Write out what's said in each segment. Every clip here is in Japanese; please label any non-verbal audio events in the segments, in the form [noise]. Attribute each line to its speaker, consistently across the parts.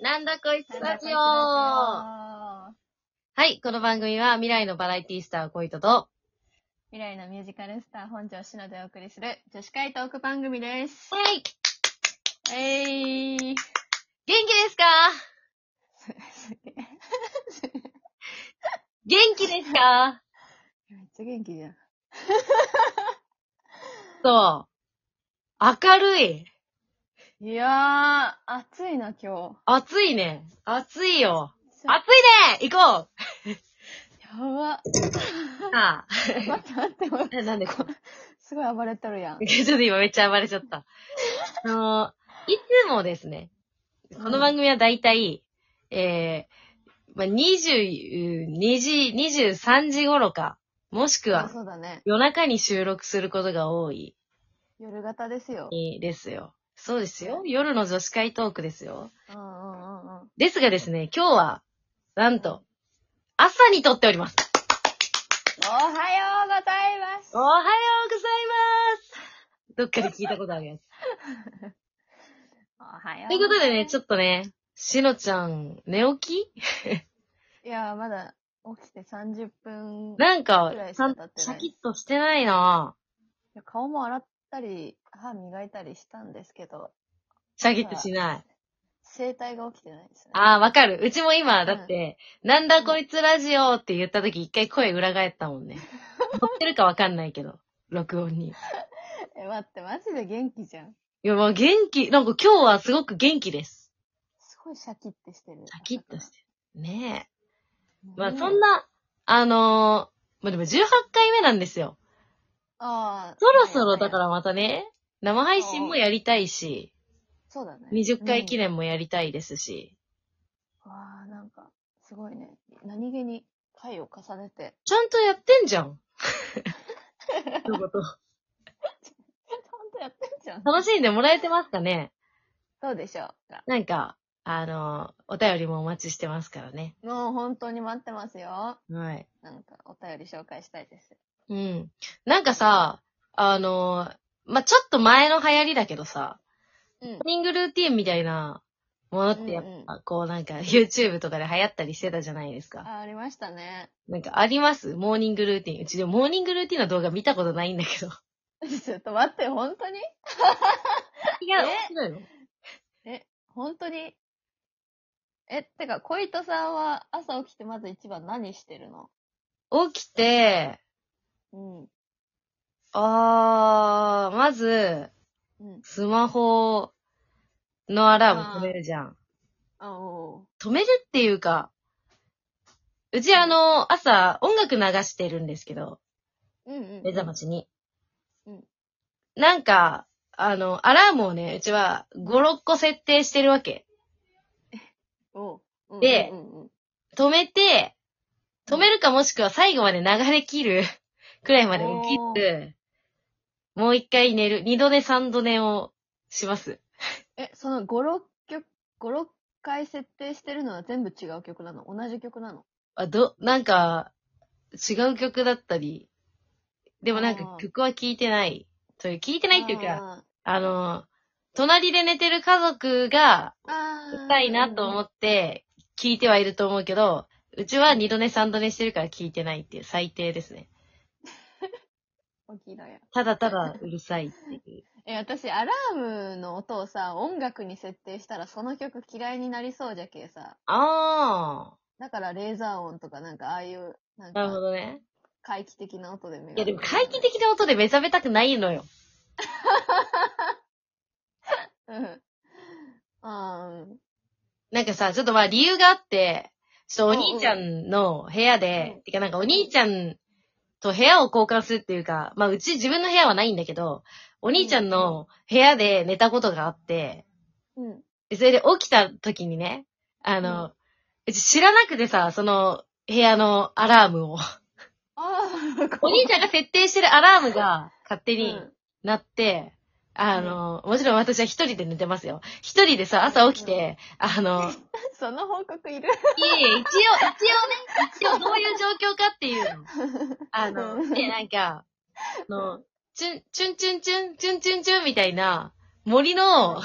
Speaker 1: なこいつラジオは、
Speaker 2: はい
Speaker 1: この番組は未来のバラエティスター、こいとと、
Speaker 2: 未来のミュージカルスター本庄しのでお送りする女子会トーク番組です。
Speaker 1: はい、元
Speaker 2: えい
Speaker 1: 気ですか
Speaker 2: すげえ。
Speaker 1: 元気ですか
Speaker 2: めっちゃ元気じゃん。
Speaker 1: そう。明るい。
Speaker 2: いやー、暑いな今
Speaker 1: 暑いね。暑いよ。
Speaker 2: 日。
Speaker 1: 暑いね行こ
Speaker 2: やば。
Speaker 1: うあ
Speaker 2: 待って待って、
Speaker 1: あ。 [laughs] なんでこ
Speaker 2: すごい暴れとるやん
Speaker 1: う。 [laughs] ちょっと今めっちゃ暴れちゃった。あの、いつもですね、この番組はだいたい、えー、まあ、22時、23時頃か、もしくは、
Speaker 2: そうだね。
Speaker 1: 夜中に収録することが多い
Speaker 2: 夜型ですよ。
Speaker 1: ですよ。そうですよ。夜の女子会トークですよ。
Speaker 2: うんうんうんうん。
Speaker 1: ですがですね、今日は、なんと、朝に撮っております。
Speaker 2: おはようございます
Speaker 1: お。はようございますどっかで聞いたことあるやつ。
Speaker 2: おはよ
Speaker 1: ということでね、ちょっとね、しのちゃん、寝起き
Speaker 2: いやー、まだ起きて30分。
Speaker 1: なんか
Speaker 2: くら、いし
Speaker 1: ちゃ
Speaker 2: か
Speaker 1: ん
Speaker 2: 経ってない
Speaker 1: シャキッとしてないない
Speaker 2: や顔も洗ったり、歯磨いたりしたんですけど、
Speaker 1: シャキッとしない。
Speaker 2: 生態が起きてないですね。
Speaker 1: ああ、わかる。うちも今、だって、なんだこいつラジオって言った時一回声裏返ったもんね。 [laughs] 乗ってるかわかんないけど、録音に。
Speaker 2: え、待って、マジで元気じゃん。
Speaker 1: いや、まあ元気、なんか今日はすごく元気です。
Speaker 2: すごいシャキッてしてる。
Speaker 1: シャキッとしてる。ね
Speaker 2: うん
Speaker 1: え。まあそんな、あのー、まあでも18回目なんですよ。
Speaker 2: ああ。。
Speaker 1: そろそろだかららまたね、生配信もやりたいし、
Speaker 2: そうだね。
Speaker 1: 20回記
Speaker 2: 念。
Speaker 1: 念もやりたいですし、
Speaker 2: わあ、なんか、すごいね。何気に回を重ねて。
Speaker 1: ちゃんとやってんじゃん。どういうこと
Speaker 2: ちゃんとやってんじゃん。
Speaker 1: 楽しんでもらえてますかね
Speaker 2: どうでしょうか。
Speaker 1: なんか、あのー、お便りもお待ちしてますからね。
Speaker 2: もう本当に待ってますよ。
Speaker 1: はい。
Speaker 2: なんか、お便り紹介したいです。
Speaker 1: うん。なんかさ、あのー、まあ、ちょっと前の流行りだけどさ、
Speaker 2: うん
Speaker 1: モー。ニングルーティンみたいなものってやっ
Speaker 2: うん
Speaker 1: ぱ、こうなんか YouTube とかで流行ったりしてたじゃないですか。
Speaker 2: あ、ありましたね。 [laughs]
Speaker 1: なんかありますモーニングルーティン。うちでもモーニングルーティンの動画見たことないんだけど。
Speaker 2: ちょっと待って、本当に
Speaker 1: いや、
Speaker 2: [laughs] え
Speaker 1: 面白いの
Speaker 2: 本当に。え、てか、小糸さんは朝起きてまず一番何してるの
Speaker 1: 起きて、
Speaker 2: うん。
Speaker 1: あー、まず、
Speaker 2: うん。
Speaker 1: スマホのアラーム止めるじゃん。
Speaker 2: あお
Speaker 1: 止めるっていうか、うちあの、朝音楽流してるんですけど、
Speaker 2: う。うんうん。
Speaker 1: 目覚ましに。
Speaker 2: うん
Speaker 1: なんか、あの、アラームをね、うちは5、6個設定してるわけ。
Speaker 2: おう。
Speaker 1: で
Speaker 2: うんうんうん、
Speaker 1: 止めて、止めるかもしくは最後まで流れ切る [laughs] くらいまで起きる。もう一回寝る。二度寝三度寝をします。
Speaker 2: え、その5、6曲、五六回設定してるのは全部違う曲なの同じ曲なの
Speaker 1: あ、ど、なんか、違う曲だったり、でもなん
Speaker 2: あ
Speaker 1: か
Speaker 2: ー
Speaker 1: 曲は聴いてない。そういう、聴いてないっていうか、
Speaker 2: か。
Speaker 1: あの、隣で寝てる家族が
Speaker 2: あー
Speaker 1: したいなと思
Speaker 2: って。
Speaker 1: って、聞いてはいると思うけど、うちは二度寝三度寝してるから聞いてないっていう最低ですね。
Speaker 2: 起きろよ。
Speaker 1: ただただうるさいっていう。
Speaker 2: え、私、アラームの音をさ、音楽に設定したらその曲嫌いになりそうじゃけさ。
Speaker 1: あ
Speaker 2: だから、レーザー音とかなんか、ああいう、なん
Speaker 1: あ。なるほ
Speaker 2: か、
Speaker 1: どね。
Speaker 2: 怪奇的な音で目が
Speaker 1: いやでも怪奇的な音で目覚めたくないのよ。
Speaker 2: うん。あー
Speaker 1: なんかさ、ちょっとまあ理由があって、ちょっとお兄ちゃんの部屋で、
Speaker 2: うん
Speaker 1: てかなんかお兄ちゃんと部屋を交換するっていうか、まあうち自分の部屋はないんだけど、お兄ちゃんの部屋で寝たことがあって、
Speaker 2: うん。
Speaker 1: で、それで起きた時にね、あの、う
Speaker 2: うん
Speaker 1: ち知らなくてさ、その部屋のアラームを。
Speaker 2: [laughs] ああ、
Speaker 1: お兄ちゃんが設定してるアラームが勝手
Speaker 2: う
Speaker 1: に
Speaker 2: ん
Speaker 1: なって、あの、もちろん私は一人で寝てますよ。一人でさ、朝起きて、あの、い
Speaker 2: その報告いる
Speaker 1: えいえ一応、一応ね、一応どういう状況かっていうの。
Speaker 2: [laughs]
Speaker 1: あの、
Speaker 2: うん
Speaker 1: で、なんか、あの、チュン、チュンチュンチュン、チュンチュンチュンみたいな、森の、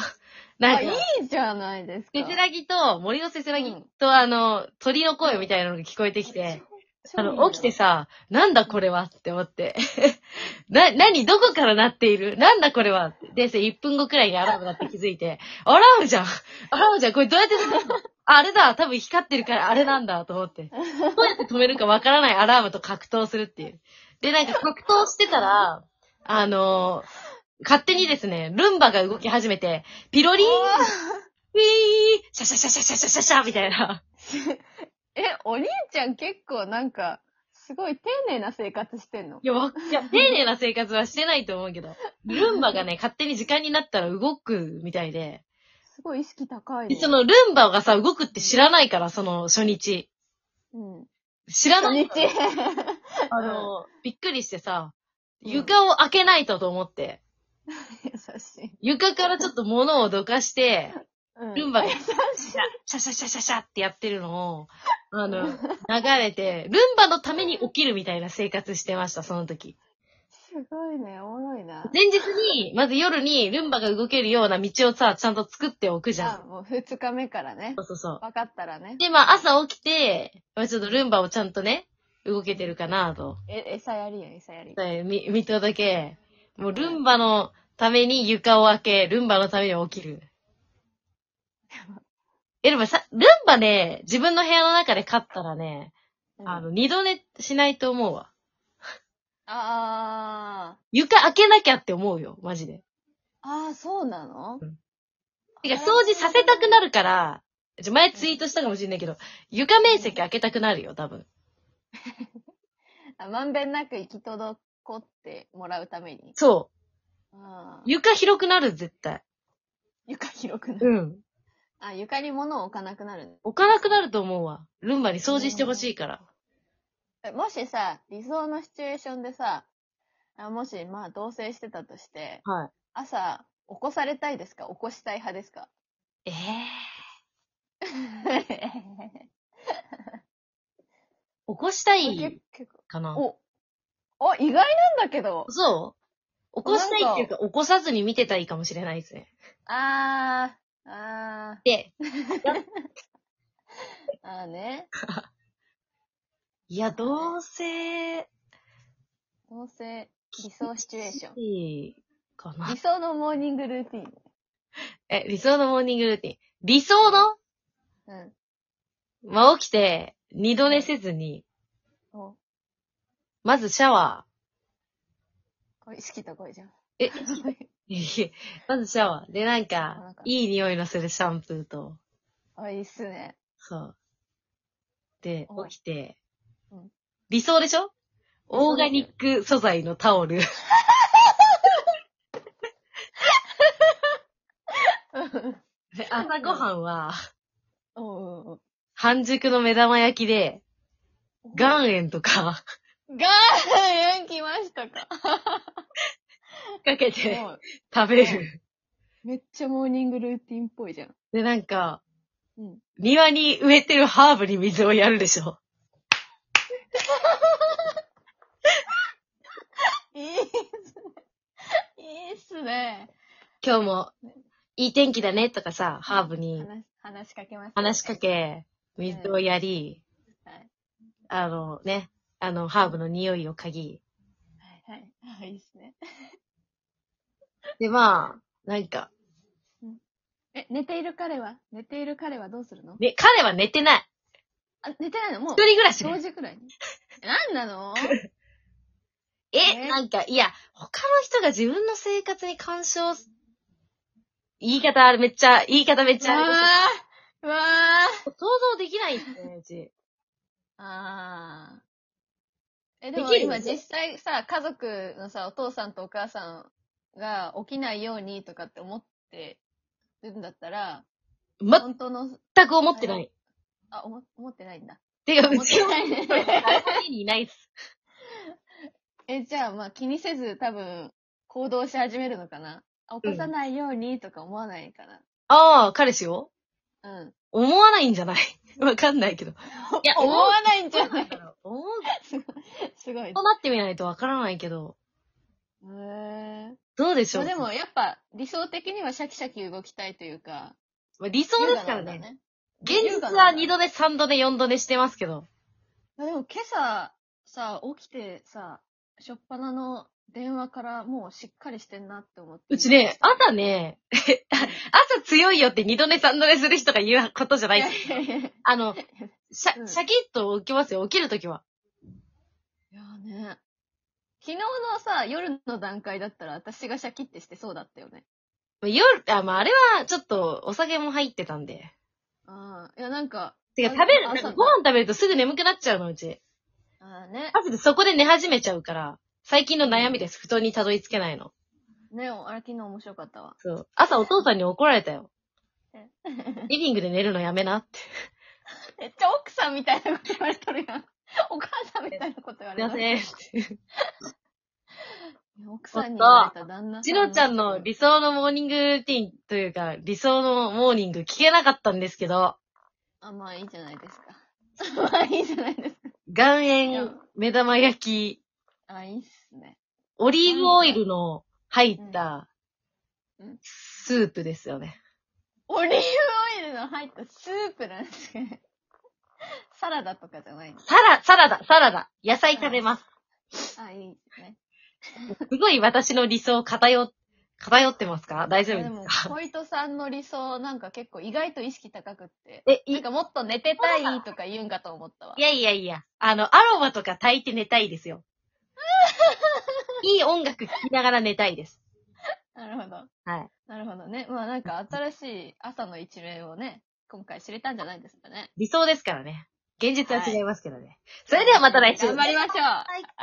Speaker 1: なん
Speaker 2: あ、
Speaker 1: か
Speaker 2: いいじゃないですか。
Speaker 1: せせらぎと、森のせせらぎ
Speaker 2: うん
Speaker 1: と、あの、鳥の声みたいなのが聞こえてきて、
Speaker 2: 超、
Speaker 1: あ
Speaker 2: 超いい
Speaker 1: の、起きてさ、なんだこれはって思って。 [laughs] な、なにどこから鳴っているなんだこれはってで、それ1分後くらいにアラームだって気づいて、アラームじゃんアラームじゃんこれどうやって鳴るのああれだ多分光ってるからあれなんだと思って。どうやって止めるかわからないアラームと格闘するっていう。で、なんか格闘してたら、あの勝手にですね、ルンバが動き始めて、ピロリーン
Speaker 2: うわ
Speaker 1: ウィーシャシャシャシャシャシャシャシャみたいな。
Speaker 2: え、お兄ちゃん結構なんか、すごい丁寧な生活してんの
Speaker 1: いや、わいや、丁寧な生活はしてないと思うけど、ルンバがね、勝手に時間になったら動くみたいで、
Speaker 2: すごい意識高い
Speaker 1: で
Speaker 2: ね。
Speaker 1: そのルンバがさ、動くって知らないから、その初日。
Speaker 2: うん。 [laughs]
Speaker 1: 知ら
Speaker 2: 初
Speaker 1: ない
Speaker 2: 日。
Speaker 1: あの、びっくりしてさ、床を開けないとと思って、
Speaker 2: 優しい。
Speaker 1: 床からちょっと物をどかして、
Speaker 2: うん
Speaker 1: ルンバが
Speaker 2: 優しい。
Speaker 1: シャシャシャシャシャってやってるのを、あの、流れて、ルンバのために起きるみたいな生活してました、その時。
Speaker 2: すごいね、おもろいな。
Speaker 1: 前日に、まず夜にルンバが動けるような道をさ、ちゃんと作っておくじゃん。
Speaker 2: あ、もう二日目からね
Speaker 1: そ。うそうそう。
Speaker 2: 分かったらね。
Speaker 1: で、まあ朝起きて、まあちょっとルンバをちゃんとね、動けてるかなと。
Speaker 2: え、餌やりや、餌やり。
Speaker 1: で見、見届け、もうルンバのために床を開け、ルンバのために起きる。え、でもさ、ルンバね、自分の部屋の中で飼ったらね、
Speaker 2: うん
Speaker 1: あの、二度寝しないと思うわ。
Speaker 2: あー。
Speaker 1: 床開けなきゃって思うよ、マジで。
Speaker 2: あー、そうなの
Speaker 1: うんてか、掃除させたくなるから、ちょ前ツイートしたかもしれないけど、床面積開けたくなるよ、多分。
Speaker 2: あまんべんなく行き届こってもらうために。
Speaker 1: そ
Speaker 2: あ
Speaker 1: う。
Speaker 2: ー
Speaker 1: 床広くなる、絶対。
Speaker 2: 床広くなる。
Speaker 1: うん。
Speaker 2: あ、床に物を置かなくなる。
Speaker 1: 置かなくなると思うわ。ルンバに掃除してほしいから。
Speaker 2: えもしさ、理想のシチュエーションでさ、あもし、まあ、同棲してたとして、
Speaker 1: はい。
Speaker 2: 朝、起こされたいですか起こしたい派ですか
Speaker 1: ええ起こしたい
Speaker 2: [laughs] 結構
Speaker 1: かな。
Speaker 2: お、お、意外なんだけど。
Speaker 1: そう起こしたいっていうか、起こさずに見てたいかもしれないですね。
Speaker 2: あー、あ
Speaker 1: で、
Speaker 2: ー、あーね。
Speaker 1: いや、どうせ、
Speaker 2: 同棲、理想シチュエーション。
Speaker 1: いいかな
Speaker 2: 理。想のモーニングルーティン。
Speaker 1: え、理想のモーニングルーティン。理想の
Speaker 2: うん。
Speaker 1: まあ、起きて、二度寝せずに、
Speaker 2: お、
Speaker 1: まずシャワ
Speaker 2: これ意識高いじゃん。
Speaker 1: えー。 [laughs] まずシャワー。で、なん
Speaker 2: あなん
Speaker 1: か
Speaker 2: か、
Speaker 1: いい匂いのするシャンプーと、
Speaker 2: [laughs] あ、いいっすね。
Speaker 1: そう。で
Speaker 2: お、い
Speaker 1: 起きて
Speaker 2: うん、
Speaker 1: 理想でしょオーガニック素材のタオル。で [laughs] 朝ごはんは、
Speaker 2: おうおう
Speaker 1: 半熟の目玉焼きで、
Speaker 2: おう。
Speaker 1: 岩塩とか
Speaker 2: [laughs] ガーン来ましたか。
Speaker 1: かけて
Speaker 2: もう
Speaker 1: [laughs] 食べる。
Speaker 2: めっちゃモーニングルーティンっぽいじゃん。
Speaker 1: で、なんか、
Speaker 2: うん。
Speaker 1: 庭に植えてるハーブに水をやるでしょ。
Speaker 2: いいっすね。いいっすね。
Speaker 1: 今日も、いい天気だねとかさ、ハーブに
Speaker 2: 話、話しかけます、
Speaker 1: 話しか。け、水をやり、
Speaker 2: はい。
Speaker 1: あのね、あの、ハーブの匂いを嗅ぎ。
Speaker 2: はい。はい。あいいっすね。
Speaker 1: で、まあ、なんか、
Speaker 2: え、寝ている彼は寝ている彼はどうするの
Speaker 1: ね、彼は寝てない。
Speaker 2: あ、寝てないのもう
Speaker 1: 一、人暮らし
Speaker 2: 同
Speaker 1: ね。
Speaker 2: 時くらいに。なんな [laughs] の
Speaker 1: え、
Speaker 2: ね
Speaker 1: なんか、いや、他の人が自分の生活に干渉す、言い方めっちゃ、言い方めっちゃあれですけど
Speaker 2: わーわー
Speaker 1: 想像できないですね、うち。
Speaker 2: あー。え、でも
Speaker 1: できる
Speaker 2: 今実際さ、家族のさ、お父さんとお母さんが起きないようにとかって思ってるんだったら、本当の、
Speaker 1: 全く思ってない。
Speaker 2: あ、思思ってない
Speaker 1: [laughs]
Speaker 2: んだ。
Speaker 1: てか、う
Speaker 2: 思っ
Speaker 1: ち
Speaker 2: て
Speaker 1: は、
Speaker 2: ないね。 [laughs]
Speaker 1: 家にいないっす。
Speaker 2: え、じゃあ、まあ気にせず多分、行動し始めるのかなあ起こさないようにとか思わないか
Speaker 1: ああ、彼氏を
Speaker 2: なうん。 [laughs]
Speaker 1: 思わないんじゃない [laughs] わかんないけど。いや
Speaker 2: 思わないんじゃない
Speaker 1: 思う
Speaker 2: すごい。へ
Speaker 1: となってみないとわからないけど。
Speaker 2: えー。
Speaker 1: どうでしょ
Speaker 2: ま
Speaker 1: う
Speaker 2: あでもやっぱ理想的にはシャキシャキ動きたいというか。
Speaker 1: まあ理想ですから
Speaker 2: 優雅な
Speaker 1: ね。
Speaker 2: んだ。
Speaker 1: 現実は2度寝、3度寝、4度寝してますけど。
Speaker 2: まあでも今朝さ、起きてさ、しょっぱなの電話からもうしっかりしてんなって思って。
Speaker 1: うちね、朝ね、 [laughs] 朝強いよって2度寝、3度寝する人が言うことじゃないい
Speaker 2: や。いやいやい
Speaker 1: あ
Speaker 2: [laughs]
Speaker 1: の、シ
Speaker 2: う
Speaker 1: ャ、
Speaker 2: ん
Speaker 1: シャキッと起きますよ、起きるときは。
Speaker 2: やね。昨日のさ、夜の段階だったら私がシャキってしてそうだったよね。
Speaker 1: まあ夜、あ、まあ、あれはちょっとお酒も入ってたんで。
Speaker 2: ああ、いやなんか、
Speaker 1: てか食べる、な
Speaker 2: あ
Speaker 1: ん
Speaker 2: 朝
Speaker 1: か
Speaker 2: の
Speaker 1: ご飯食べるとすぐ眠くなっちゃうの、うち。
Speaker 2: ああね、
Speaker 1: マジでそこで寝始めちゃうから、最近の悩みです。布団にたどり着けないの。
Speaker 2: ね、あれ昨日面白かったわ。
Speaker 1: そう。朝お父さんに怒られたよ
Speaker 2: え。
Speaker 1: リビングで寝るのやめなって。
Speaker 2: めっちゃ奥さんみたいなこと言われとるやん。 [laughs] お母さんみたいなこと言わ
Speaker 1: すい
Speaker 2: れ
Speaker 1: ま
Speaker 2: とる。
Speaker 1: せんって。
Speaker 2: 奥さんに言われた旦那さん。
Speaker 1: ジロちゃんの理想のモーニングルーティンというか、理想のモーニング聞けなかったんですけど、
Speaker 2: あ、まあいいじゃないですか。ま [laughs] あいいじゃないですか。
Speaker 1: 岩
Speaker 2: いや
Speaker 1: 塩、目玉焼き、
Speaker 2: あ、いいっすね。
Speaker 1: オリーブオイルの入った
Speaker 2: うんうん
Speaker 1: スープですよね。
Speaker 2: オリーブオイルの入ったスープなんですね。サラダとかじゃないの。
Speaker 1: サラ、サラダ、サラダ。野菜食べます。
Speaker 2: あ、いいですね。
Speaker 1: すごい私の理想偏っ、偏ってますか大丈夫
Speaker 2: で
Speaker 1: です
Speaker 2: も、
Speaker 1: か
Speaker 2: 小糸さんの理想なんか結構意外と意識高くって。
Speaker 1: [laughs] え、
Speaker 2: ないんかもっと寝てたいとか言うんかと思ったわ
Speaker 1: い。やいやいや、あの、アロマとか炊いて寝たいですよ。
Speaker 2: [laughs]
Speaker 1: いい音楽聴きながら寝たいです。
Speaker 2: なるほど。
Speaker 1: はい。
Speaker 2: なるほどね。まあなんか新しい朝の一面をね、今回知れたんじゃないですかね。
Speaker 1: 理想ですからね。現実は違いますけどね。それではまた来週。
Speaker 2: 頑張りましょう。